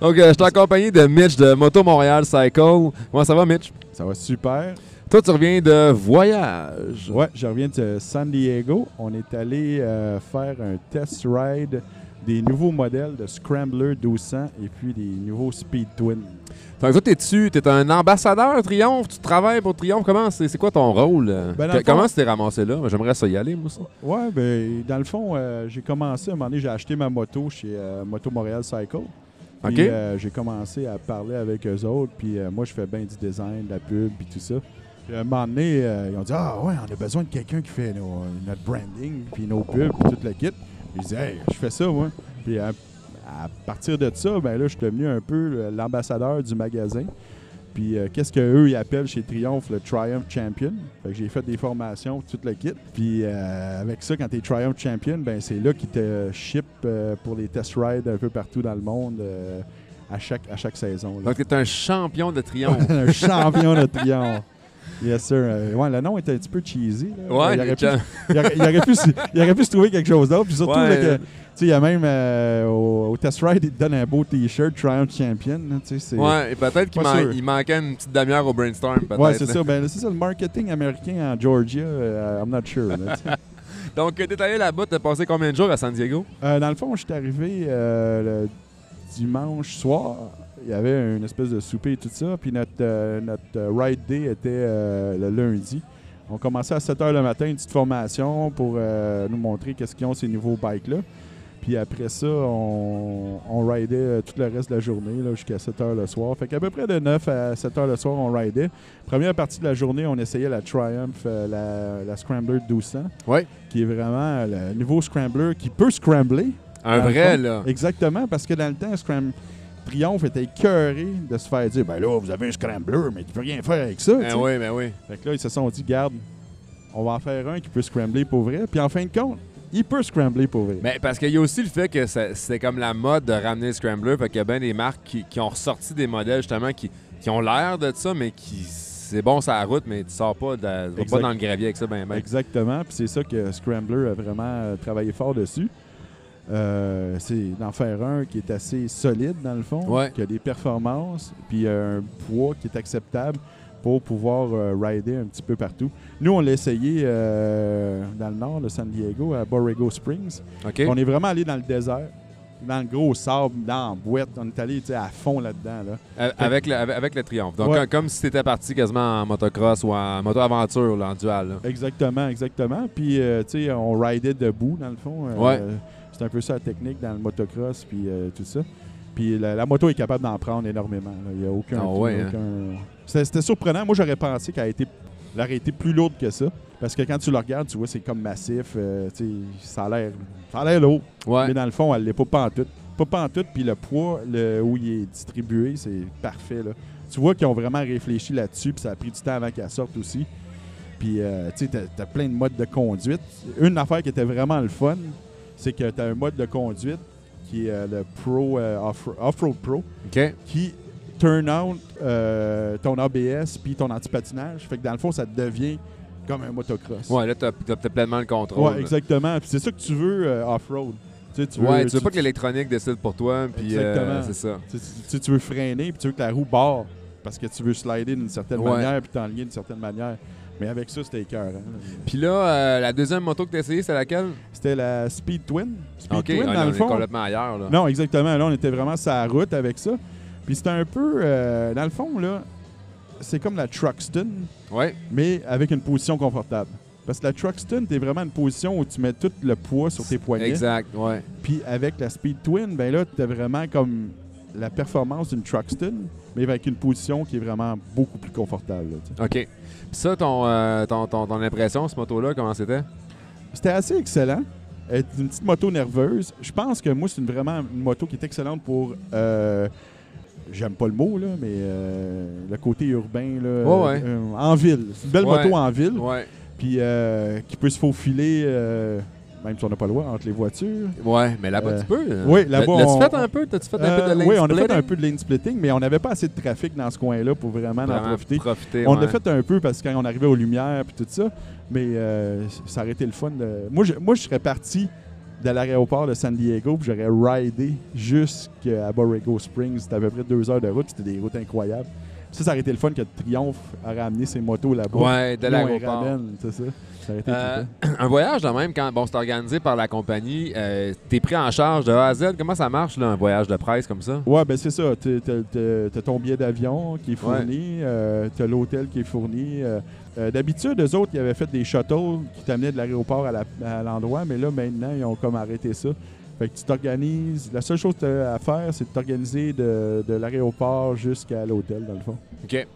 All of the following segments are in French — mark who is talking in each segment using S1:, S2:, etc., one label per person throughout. S1: Donc, euh, je suis accompagné de Mitch de Moto Montréal Cycle. Comment ça va, Mitch?
S2: Ça va super.
S1: Toi, tu reviens de voyage.
S2: Ouais, je reviens de San Diego. On est allé euh, faire un test ride des nouveaux modèles de Scrambler 1200 et puis des nouveaux Speed Twin.
S1: Donc, toi, t'es-tu t'es un ambassadeur Triomphe? Tu travailles pour Triomphe? Comment, c'est, c'est quoi ton rôle? euh?
S2: Ben, dans
S1: Que-
S2: le fond-
S1: comment tu t'es ramassé là? Moi, J'aimerais ça y aller, moi aussi.
S2: Ouais, ben, dans le fond, euh, j'ai commencé à un moment donné, j'ai acheté ma moto chez euh, Moto Montréal Cycle. Puis,
S1: OK.
S2: euh, j'ai commencé à parler avec eux autres. Puis euh, moi, je fais bien du design, de la pub, puis tout ça. Puis à un moment donné, euh, ils ont dit Ah ouais, on a besoin de quelqu'un qui fait nos- notre branding, puis nos pubs, puis tout le kit. Puis je dis Hey, je fais ça, moi. Puis à, à partir de ça, ben là, je suis devenu un peu euh, l'ambassadeur du magasin. Puis euh, qu'est-ce qu'eux, ils appellent chez Triumph le Triumph Champion. Fait que j'ai fait des formations, tout le kit. Puis euh, avec ça, quand t'es Triumph Champion, ben c'est là qu'ils te ship euh, pour les test rides un peu partout dans le monde euh, à, chaque, à chaque saison. là.
S1: Donc, t'es un champion de Triomphe.
S2: un champion de Triumph. Yes, sir. Euh, ouais, le nom est un petit peu cheesy. là.
S1: ouais,
S2: il, aurait
S1: le
S2: pu,
S1: cha-
S2: il aurait- il aurait pu se- il aurait pu se trouver quelque chose d'autre. Puis surtout,
S1: Ouais,
S2: là, que,
S1: euh,
S2: tu sais, il y a même euh, au, au test ride, il te donne un beau t-shirt Triumph Champion. là, tu sais, c'est-
S1: ouais, et peut-être qu'il
S2: Pas
S1: man-
S2: sûr.
S1: il manquait une petite demi-heure au brainstorm. peut-être,
S2: Ouais, c'est
S1: là.
S2: ça. Ben, c'est ça, le marketing américain en Georgia, euh, I'm not sure. là, tu sais.
S1: Donc, euh, t'es allé là-bas, t'as passé combien de jours à San Diego?
S2: Euh, dans le fond, je suis arrivé euh, le dimanche soir. Il y avait une espèce de souper et tout ça. Puis notre, euh, notre euh, ride day était euh, le lundi. On commençait à 7 h le matin, une petite formation pour euh, nous montrer qu'est-ce qu'ils ont ces nouveaux bikes-là. Puis après ça, on, on ridait euh, tout le reste de la journée là, jusqu'à 7 h le soir. Fait qu'à peu près de 9 à 7 h le soir, on ridait. Première partie de la journée, on essayait la Triumph, euh, la, la Scrambler 1200,
S1: Ouais.
S2: qui est vraiment euh, le nouveau Scrambler qui peut scrambler.
S1: Un
S2: Dans le
S1: vrai,
S2: fond.
S1: là.
S2: Exactement, parce que dans le temps, Scram Triomphe était écœuré de se faire dire Ben là, vous avez un scrambler, mais tu peux rien faire avec ça. tu
S1: Ben
S2: sais.
S1: oui, ben oui.
S2: Fait que là, ils se sont dit Garde, on va en faire un qui peut scrambler pour vrai. Puis en fin de compte, il peut scrambler pour vrai.
S1: Mais parce qu'il y a aussi le fait que ça- c'est comme la mode de ramener le scrambler, fait qu'il y a bien des marques qui, qui ont ressorti des modèles justement qui, qui ont l'air de ça, mais qui c'est bon sur la route, mais tu sors pas, de la- tu vas pas
S2: Exact.
S1: dans le gravier avec ça, ben ben.
S2: Exactement, puis c'est ça que Scrambler a vraiment euh, travaillé fort dessus. Euh, c'est d'en faire un qui est assez solide dans le fond,
S1: Ouais.
S2: qui a des performances, puis euh, un poids qui est acceptable pour pouvoir euh, rider un petit peu partout. Nous, on l'a essayé euh, dans le nord de San Diego, à Borrego Springs.
S1: Ok.
S2: On est vraiment allé dans le désert, dans le gros sable, dans la boîte. On est allé tu sais, à fond là-dedans. Là.
S1: A- Euh, Avec le, avec, avec le triomphe. Donc
S2: Ouais.
S1: euh, comme si t'étais parti quasiment en motocross ou en moto aventure là, en dual. là.
S2: Exactement, exactement. Puis, euh, tu sais, on ridait debout, dans le fond. Euh,
S1: Ouais.
S2: C'est un peu ça la technique dans le motocross, puis euh, tout ça. Puis la, la moto est capable d'en prendre énormément. là. Il n'y a aucun.
S1: Ah ouais, hein.
S2: aucun- C'était c'était surprenant. Moi, j'aurais pensé qu'elle a été- elle aurait été plus lourde que ça. Parce que quand tu le regardes, tu vois, c'est comme massif. euh, tu sais, ça a l'air ça a l'air lourd.
S1: Ouais.
S2: Mais dans le fond, elle l'est pas pantoute. Pas pantoute, puis le poids le, où il est distribué, c'est parfait. Là. Tu vois qu'ils ont vraiment réfléchi là-dessus, puis ça a pris du temps avant qu'elle sorte aussi. Puis, euh, tu sais, t'as- t'as plein de modes de conduite. Une affaire qui était vraiment le fun, c'est que t'as un mode de conduite qui est euh, le Pro euh, Off- Off-Road Pro,
S1: Ok.
S2: qui turn out euh, ton ABS puis ton antipatinage. Fait que dans le fond, ça devient comme un motocross.
S1: Ouais, là t'as t'as- t'as pleinement le contrôle.
S2: Ouais, exactement. Puis c'est ça que tu veux euh, off-road. Tu sais, tu
S1: Ouais, tu veux
S2: tu-
S1: pas que l'électronique décide pour toi, puis euh,
S2: Exactement.
S1: c'est ça.
S2: Tu, tu- tu- tu veux freiner, puis tu veux que la roue barre, parce que tu veux slider d'une certaine
S1: Ouais.
S2: manière, puis t'enligner d'une certaine manière. Mais avec ça, c'était écœurant. là.
S1: Puis là, euh, la deuxième moto que t'as essayée, c'est laquelle?
S2: C'était la Speed Twin. Speed
S1: ok,
S2: Twin,
S1: Ah,
S2: dans
S1: non,
S2: le
S1: on est
S2: fond.
S1: complètement ailleurs là.
S2: Non, exactement. Là, on était vraiment sur la route avec ça. Puis c'était un peu, euh, dans le fond, là, c'est comme la Truxton,
S1: Ouais.
S2: mais avec une position confortable. Parce que la Truxton, t'es vraiment une position où tu mets tout le poids sur tes poignets.
S1: Exact, ouais.
S2: Puis avec la Speed Twin, ben là, t'as vraiment comme la performance d'une Truxton, mais avec une position qui est vraiment beaucoup plus confortable. là, tu sais.
S1: OK. Puis ça, ton, euh, ton, ton, ton impression, ce moto-là, comment c'était?
S2: C'était assez excellent. Euh, C'est une petite moto nerveuse. Je pense que moi, c'est une- vraiment une moto qui est excellente pour. euh, J'aime pas le mot, là, mais euh, le côté urbain, là,
S1: Ouais, ouais.
S2: euh, en ville. C'est une belle
S1: Ouais.
S2: moto en ville,
S1: Ouais.
S2: puis euh, qui peut se faufiler, euh, même si on n'a pas le droit, entre les voitures.
S1: Ouais, mais là-bas,
S2: Euh,
S1: tu peux. là.
S2: oui, là-bas,
S1: L'as-tu
S2: on-
S1: fait un peu? T'as-tu fait un peu de
S2: Euh,
S1: lane
S2: oui, on a fait un
S1: splitting?
S2: peu de lane splitting, mais on n'avait pas assez de trafic dans ce coin-là pour vraiment, en
S1: Vraiment
S2: profiter.
S1: profiter,
S2: On
S1: ouais.
S2: l'a fait un peu parce que quand on arrivait aux lumières puis tout ça, mais euh, ça aurait été le fun. De... Moi, je, moi, je serais parti de l'aéroport de San Diego, puis j'aurais ridé jusqu'à Borrego Springs. C'était à peu près deux heures de route, puis c'était des routes incroyables. Puis ça, ça aurait été le fun que Triomphe aurait amené ses motos là-bas.
S1: Ouais, de
S2: Nous, on les
S1: l'aéroport.
S2: ramène, c'est ça. Ça aurait été
S1: Euh,
S2: trippant.
S1: un voyage de même, quand bon, c'est organisé par la compagnie, euh, t'es pris en charge de A à Z. Comment ça marche, là, un voyage de presse comme ça?
S2: Ouais, ben c'est ça. T'as- t'as- T'as t'as ton billet d'avion qui est fourni, euh, t'as l'hôtel qui est fourni. euh. Euh, D'habitude, eux autres, ils avaient fait des shuttles qui t'amenaient de l'aéroport à la- à l'endroit, mais là, maintenant, ils ont comme arrêté ça. Fait que tu t'organises. La seule chose que t'as à faire, c'est de t'organiser de, de l'aéroport jusqu'à l'hôtel, dans le fond.
S1: OK.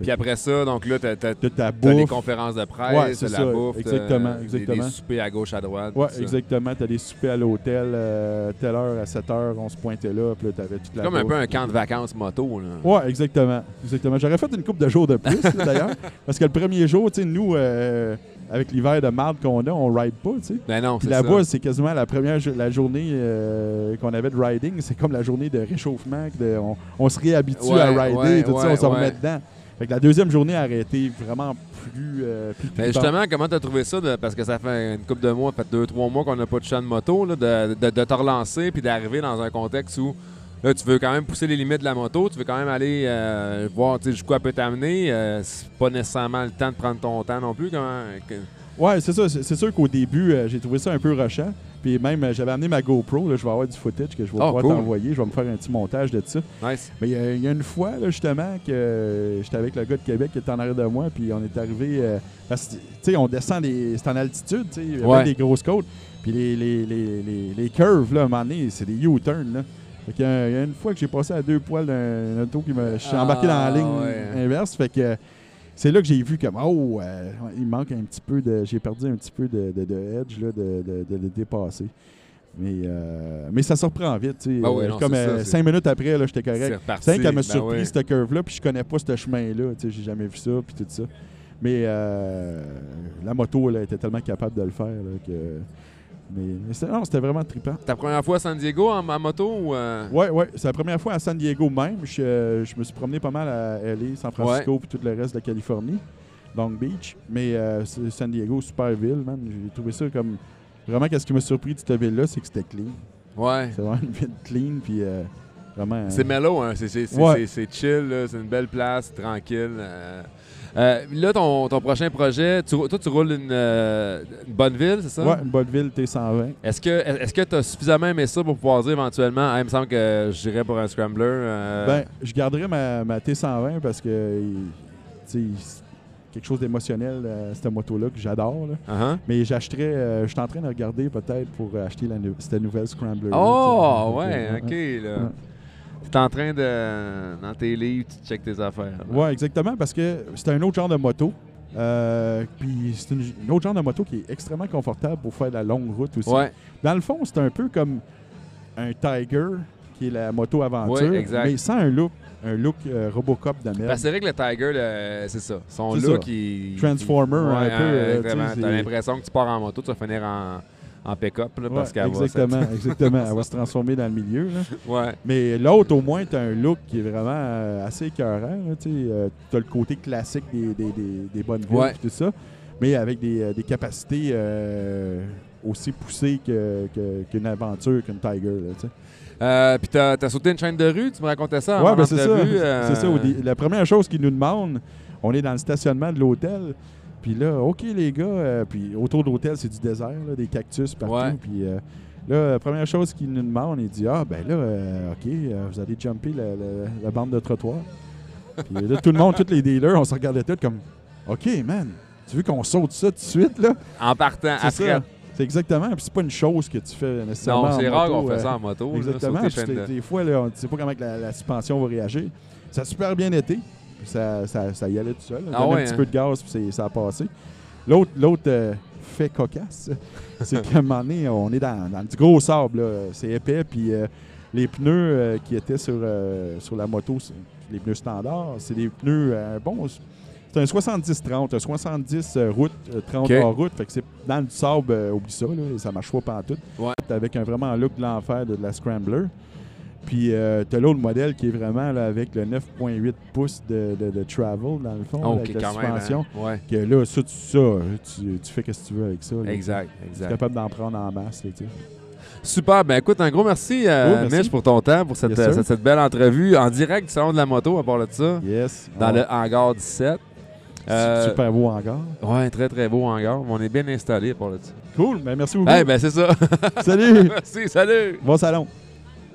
S1: Puis après ça, donc là, t'as t'as-
S2: De
S1: t'as
S2: ta
S1: des
S2: bouffe.
S1: conférences de
S2: Ouais,
S1: presse,
S2: c'est
S1: t'as la
S2: ça.
S1: bouffe, t'as,
S2: Exactement,
S1: euh, des- Des,
S2: exactement.
S1: soupers à gauche, à droite.
S2: Ouais,
S1: tout ça.
S2: exactement. T'as des soupers à l'hôtel, euh, telle heure à 7 heure, on se pointait là, puis là, t'avais toute la
S1: Comme un
S2: bouffe.
S1: peu un camp de vacances moto. Là.
S2: Ouais, exactement. exactement. J'aurais fait une coupe de jours de plus, là, d'ailleurs. parce que le premier jour, tu sais, nous, euh, avec l'hiver de marde qu'on a, on ride pas, tu sais.
S1: Ben non,
S2: Puis
S1: c'est
S2: là-bas,
S1: ça.
S2: c'est quasiment la première jo- la journée euh, qu'on avait de riding. C'est comme la journée de réchauffement. que de- on, on se réhabitue
S1: Ouais,
S2: à rider,
S1: ouais,
S2: tout ça,
S1: ouais,
S2: on se remet
S1: ouais.
S2: dedans. Fait que la deuxième journée a été vraiment plus. euh, plus
S1: Mais
S2: trippante.
S1: Ben, justement, comment t'as trouvé ça? de- parce que ça fait une couple de mois, peut-être deux, trois mois qu'on n'a pas de champ de moto, là, de, de, de te relancer puis d'arriver dans un contexte où là, tu veux quand même pousser les limites de la moto, tu veux quand même aller euh, voir tu sais, jusqu'où elle peut t'amener. euh, c'est pas nécessairement le temps de prendre ton temps non plus. Comment, que-
S2: Ouais, c'est ça. C'est c'est sûr qu'au début, euh, j'ai trouvé ça un peu rushant. Puis même, euh, j'avais amené ma GoPro. Là, je vais avoir du footage que je vais
S1: Ah,
S2: pouvoir
S1: cool.
S2: t'envoyer. Je vais me faire un petit montage de ça.
S1: Nice.
S2: Mais euh, il y a une fois, là, justement, que euh, j'étais avec le gars de Québec qui était en arrière de moi, puis on est arrivé. euh, parce que, tu sais, on descend des. C'est en altitude, tu sais, il y avait
S1: Ouais.
S2: des grosses côtes. Puis les, les, les, les, les curves, là, à un moment donné, c'est des U-turns, là. Fait qu'il y a- il y a une fois que j'ai passé à deux poils d'un d'un auto, puis me- je suis embarqué dans la
S1: Ah,
S2: ligne
S1: ouais.
S2: inverse. Fait que. C'est là que j'ai vu comme, oh, euh, il manque un petit peu de. J'ai perdu un petit peu de, de, de edge, là, de, de, de le dépasser. Mais, euh, mais ça se reprend vite. tu sais.
S1: Ah oui,
S2: Euh,
S1: non,
S2: comme
S1: c'est ça,
S2: euh,
S1: c'est-
S2: cinq minutes après, là, j'étais
S1: C'est
S2: correct.
S1: reparti.
S2: C'est vrai qu'elle m'a
S1: Ben
S2: surpris,
S1: ouais.
S2: cette curve-là, puis je connais pas ce chemin-là. Tu sais, j'ai jamais vu ça, puis tout ça. Mais euh, la moto, là, était tellement capable de le faire là, que. Mais, mais c'est- non, c'était vraiment trippant.
S1: Ta première fois à San Diego en, en moto ou. euh,
S2: Ouais, ouais, c'est la première fois à San Diego même. Je, euh, je me suis promené pas mal à LA, San Francisco, puis tout le reste de la Californie, Long Beach. Mais euh, c'est- San Diego, super ville, man. J'ai trouvé ça comme. Vraiment, qu'est-ce qui m'a surpris de cette ville-là, c'est que c'était clean.
S1: ouais.
S2: C'est vraiment une ville clean, puis euh, vraiment. euh,
S1: C'est mellow, hein. c'est, c'est- c'est-
S2: Ouais.
S1: c'est- c'est chill, là. c'est une belle place, tranquille. euh. Euh, là, ton, ton prochain projet, tu, rou- toi, tu roules une, euh, une bonne ville, c'est ça?
S2: Ouais, une bonne ville, T120.
S1: Est-ce que est-ce que tu as suffisamment aimé ça pour pouvoir dire éventuellement, Ah, il me semble que j'irais pour un scrambler? euh,
S2: Ben, je garderai ma, ma T120 parce que euh, il- tu sais, c'est quelque chose d'émotionnel, euh, cette moto-là, que j'adore. là.
S1: uh-huh.
S2: Mais j'achèterais, euh, je suis en train de regarder peut-être pour acheter la nou- cette nouvelle Scrambler.
S1: Oh,
S2: tu sais.
S1: ouais,
S2: Fait que,
S1: ok.
S2: Euh, ouais,
S1: Là. Tu es en train de. Dans tes livres, tu checkes tes affaires. là.
S2: ouais. Ouais, exactement, parce que c'est un autre genre de moto. Euh, puis c'est une, une autre genre de moto qui est extrêmement confortable pour faire de la longue route aussi.
S1: Ouais.
S2: Dans le fond, c'est un peu comme un Tiger, qui est la moto aventure,
S1: Ouais, exact.
S2: mais sans un look, un look euh, Robocop de merde.
S1: Parce que c'est vrai que le Tiger, le- c'est ça. Son
S2: C'est
S1: look,
S2: ça.
S1: il.
S2: Transformer,
S1: il-
S2: un peu, euh, tu sais,
S1: exactement.
S2: c'est-
S1: T'as l'impression que tu pars en moto, tu vas finir en, en pick-up, là,
S2: Ouais,
S1: parce qu'elle va-
S2: exactement, exactement. Elle va se transformer dans le milieu. là.
S1: Ouais.
S2: Mais l'autre, au moins, t'as un look qui est vraiment euh, assez écœurant. là, tu sais, euh, t'as le côté classique des, des- des- des bonnes villes
S1: Ouais.
S2: et tout ça, mais avec des, euh, des capacités euh, aussi poussées que- que- qu'une aventure, qu'une Tiger. là, tu sais.
S1: Euh, Puis t'as as sauté une chaîne de rue, tu me racontais ça.
S2: Ouais,
S1: avant
S2: ben c'est ça.
S1: l'entrevue,
S2: C'est-
S1: euh,
S2: C'est ça. au dé- La première chose qu'ils nous demandent, on est dans le stationnement de l'hôtel. Puis là, OK, les gars, euh, puis autour de l'hôtel, c'est du désert, là, des cactus partout.
S1: Ouais.
S2: Puis euh, là, la première chose qu'ils nous demandent, ils disent Ah, ben là, euh, OK, euh, vous allez jumper la, la- la bande de trottoir. Puis là, tout le monde, tous les dealers, on se regardait tous comme OK, man, tu veux qu'on saute ça tout de suite, là
S1: En partant,
S2: C'est
S1: après.
S2: ça. C'est exactement. Puis c'est pas une chose que tu fais nécessairement.
S1: Non, c'est
S2: en
S1: rare
S2: moto,
S1: qu'on fait
S2: euh,
S1: ça en moto. là,
S2: Exactement.
S1: sauter
S2: puis
S1: chaîne
S2: Des,
S1: de-
S2: des fois, là, on ne sait pas comment que la, la suspension va réagir. Ça a super bien été. puis Ça, ça, ça y allait tout seul. On
S1: Ah
S2: donnait
S1: ouais,
S2: un petit
S1: hein?
S2: peu de gaz, puis c'est- ça a passé. L'autre, l'autre euh, fait cocasse, c'est qu'à un moment donné, on est dans, dans du gros sable. là. C'est épais, puis euh, les pneus euh, qui étaient sur, euh, sur la moto, c'est- les pneus standards, c'est des pneus euh, bon. C'est un 70-30, un 70 euh, route, euh, 30
S1: Ok.
S2: hors route. Fait que c'est dans le sable, euh, oublie ça, là, ça marche pas pantoute avec un vraiment look de l'enfer de, de la Scrambler. Puis euh, t'as l'autre modèle qui est vraiment là, avec le 9.8 pouces de, de- de travel dans le fond,
S1: Oh,
S2: là,
S1: ok,
S2: avec la
S1: quand même. hein.
S2: suspension.
S1: Ouais.
S2: Que là, ça, tu, ça, tu, tu fais ce que tu veux avec ça. là.
S1: Exact,
S2: Tu es
S1: exact.
S2: capable d'en prendre en masse. là, tu sais.
S1: Super. Ben écoute, un gros merci, euh,
S2: Oh, merci.
S1: Mitch, pour ton temps, pour cette,
S2: Yes,
S1: euh,
S2: sir.
S1: cette, cette belle entrevue en direct du Salon de la moto, à part de ça,
S2: Yes.
S1: dans
S2: Ah,
S1: le hangar 17.
S2: su-
S1: Euh,
S2: Super beau hangar.
S1: Ouais, très très beau hangar. On est bien installé pour le ça.
S2: Cool. Ben, merci beaucoup.
S1: Eh ben c'est ça.
S2: Salut.
S1: Merci, salut.
S2: bon salon.